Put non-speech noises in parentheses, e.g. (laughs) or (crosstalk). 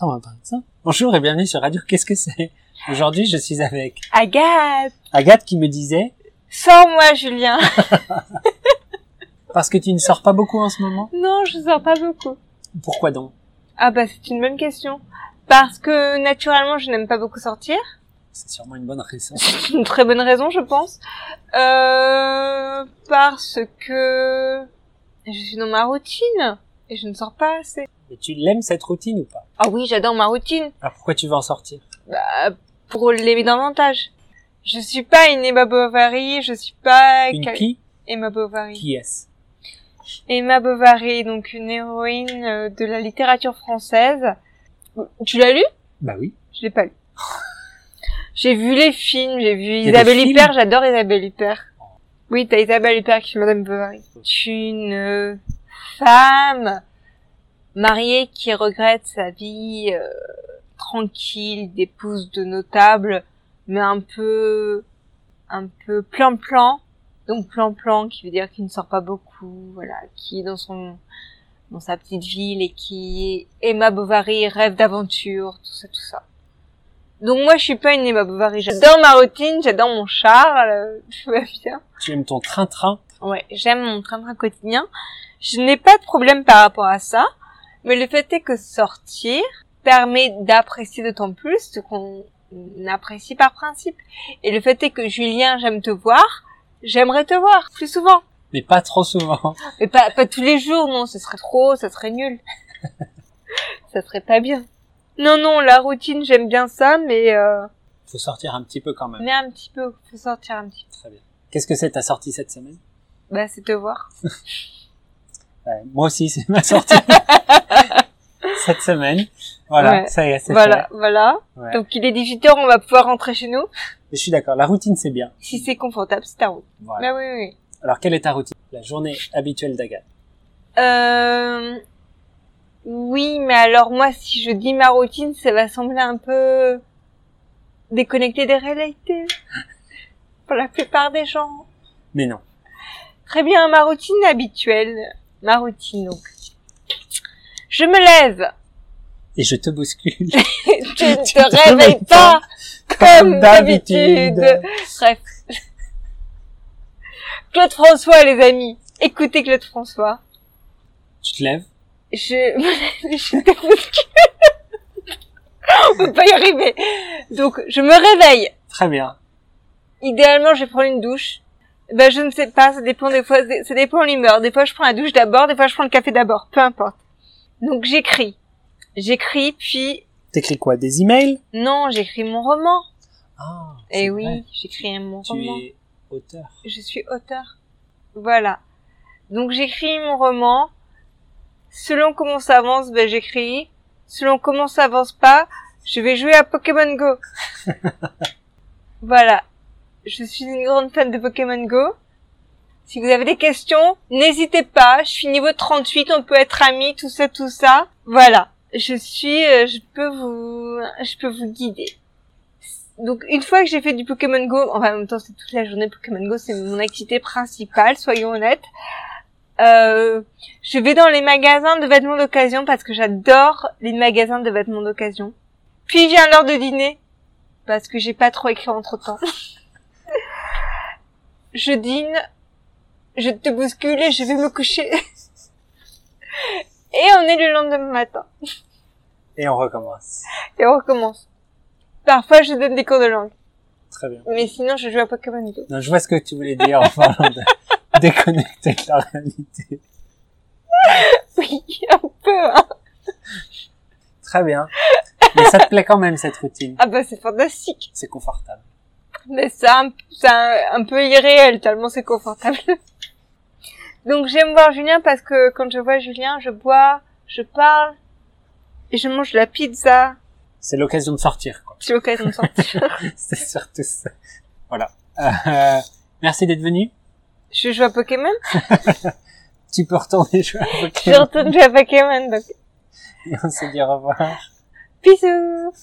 on va parler de ça. Bonjour et bienvenue sur Radio Qu'est-ce que c'est Aujourd'hui, je suis avec Agathe Agathe qui me disait Sors-moi, Julien (laughs) parce que tu ne sors pas beaucoup en ce moment. Non, je sors pas beaucoup. Pourquoi donc Ah bah, c'est une bonne question. Parce que, naturellement, je n'aime pas beaucoup sortir. C'est sûrement une bonne raison. C'est une très bonne raison, je pense. Euh, parce que... Je suis dans ma routine. Et je ne sors pas assez. Mais tu l'aimes cette routine ou pas Ah oui, j'adore ma routine. Alors pourquoi tu veux en sortir Bah, pour l'aimer davantage. Je suis pas une Emma Bovary, je suis pas... Une quel- qui Emma Bovary. Qui est-ce Emma Bovary, donc une héroïne euh, de la littérature française. Tu l'as lu Bah oui. Je (laughs) l'ai pas lu. J'ai vu les films, j'ai vu y a des Isabelle films Huppert, j'adore Isabelle Huppert. Oui, t'as Isabelle Huppert qui est Madame Bovary. Tu es une euh, femme mariée qui regrette sa vie euh, tranquille, d'épouse de notable, mais un peu, un peu plan-plan. Donc plan-plan qui veut dire qu'il ne sort pas beaucoup, voilà, qui est dans son, dans sa petite ville et qui est Emma Bovary rêve d'aventure, tout ça, tout ça. Donc moi, je suis pas une Emma Bovary. J'adore ma routine, j'adore mon char, euh, (laughs) tout va bien. Tu aimes ton train-train Ouais, j'aime mon train-train quotidien. Je n'ai pas de problème par rapport à ça, mais le fait est que sortir permet d'apprécier d'autant plus ce qu'on apprécie par principe. Et le fait est que Julien, j'aime te voir, j'aimerais te voir plus souvent. mais pas trop souvent. Mais pas, pas tous les jours, non, ce serait trop, ça serait nul. ça serait pas bien. Non, non, la routine, j'aime bien ça, mais, euh, Faut sortir un petit peu quand même. mais un petit peu, faut sortir un petit peu. Très bien. Qu'est-ce que c'est ta sortie cette semaine Bah, c'est te voir. Ouais, Bah, Moi aussi, c'est ma (laughs) sortie. cette semaine. Voilà, Ouais. ça y est, c'est Voilà, voilà. fait. Ouais. Donc, il est 18h, on va pouvoir rentrer chez nous. Je suis d'accord, la routine c'est bien. Si c'est confortable, c'est ta route. Voilà. Bah oui, oui, oui. Alors, quelle est ta routine La journée habituelle d'Agathe. Euh, oui, mais alors moi, si je dis ma routine, ça va sembler un peu déconnecté des réalités. (laughs) Pour la plupart des gens. Mais non. Très bien, ma routine habituelle. Ma routine, donc. Je me lève. Et je te (laughs) bouscule. Tu ne Tu te, te réveilles réveilles pas Comme comme d'habitude. Bref. Claude François, les amis. Écoutez Claude François. Tu te lèves. Je (laughs) me lève, je te bouscule. On peut pas y arriver. Donc, je me réveille. Très bien. Idéalement, je vais prendre une douche. Ben, je ne sais pas, ça dépend des fois, ça dépend de l'humeur. Des fois, je prends la douche d'abord, des fois, je prends le café d'abord, peu importe. Donc, j'écris. J'écris, puis, T'écris quoi Des emails non, j'écris mon roman. Ah. c'est Eh vrai. oui, j'écris mon Tu roman. es auteur. Je suis auteur. Voilà. Donc, j'écris mon roman. Selon comment ça avance, ben, j'écris. Selon comment ça avance pas, je vais jouer à Pokémon Go. voilà. Je suis une grande fan de Pokémon Go. Si vous avez des questions, n'hésitez pas. Je suis niveau 38, on peut être amis, tout ça, tout ça. Voilà. Je suis, euh, je peux vous, je peux vous guider. Donc, une fois que j'ai fait du Pokémon Go, enfin, en même temps, c'est toute la journée Pokémon Go, c'est mon activité principale, soyons honnêtes. Euh, je vais dans les magasins de vêtements d'occasion parce que j'adore les magasins de vêtements d'occasion. Puis vient l'heure de dîner parce que j'ai pas trop écrit entre temps. je dîne, je te bouscule et je vais me coucher. et on est le lendemain matin Et on recommence. et on recommence. Parfois je donne des cours de langue, Très bien. mais sinon je joue à Pokémon Go. Non, je vois ce que tu voulais dire en parlant (laughs) de déconnecter de la réalité. Oui, un peu. hein. Très bien. Mais ça te plaît quand même cette routine. Ah bah c'est fantastique. C'est confortable. Mais c'est un, c'est un, un peu irréel, tellement c'est confortable. (laughs) Donc j'aime voir Julien parce que quand je vois Julien, je bois, je parle et je mange de la pizza. C'est l'occasion de sortir, quoi. (laughs) C'est l'occasion de sortir. C'est surtout ça. Voilà. Euh, merci d'être venu. je joue à Pokémon. Tu peux retourner jouer à Je Pokémon. retourne jouer à Pokémon. Donc Et on se dit au revoir. bisous.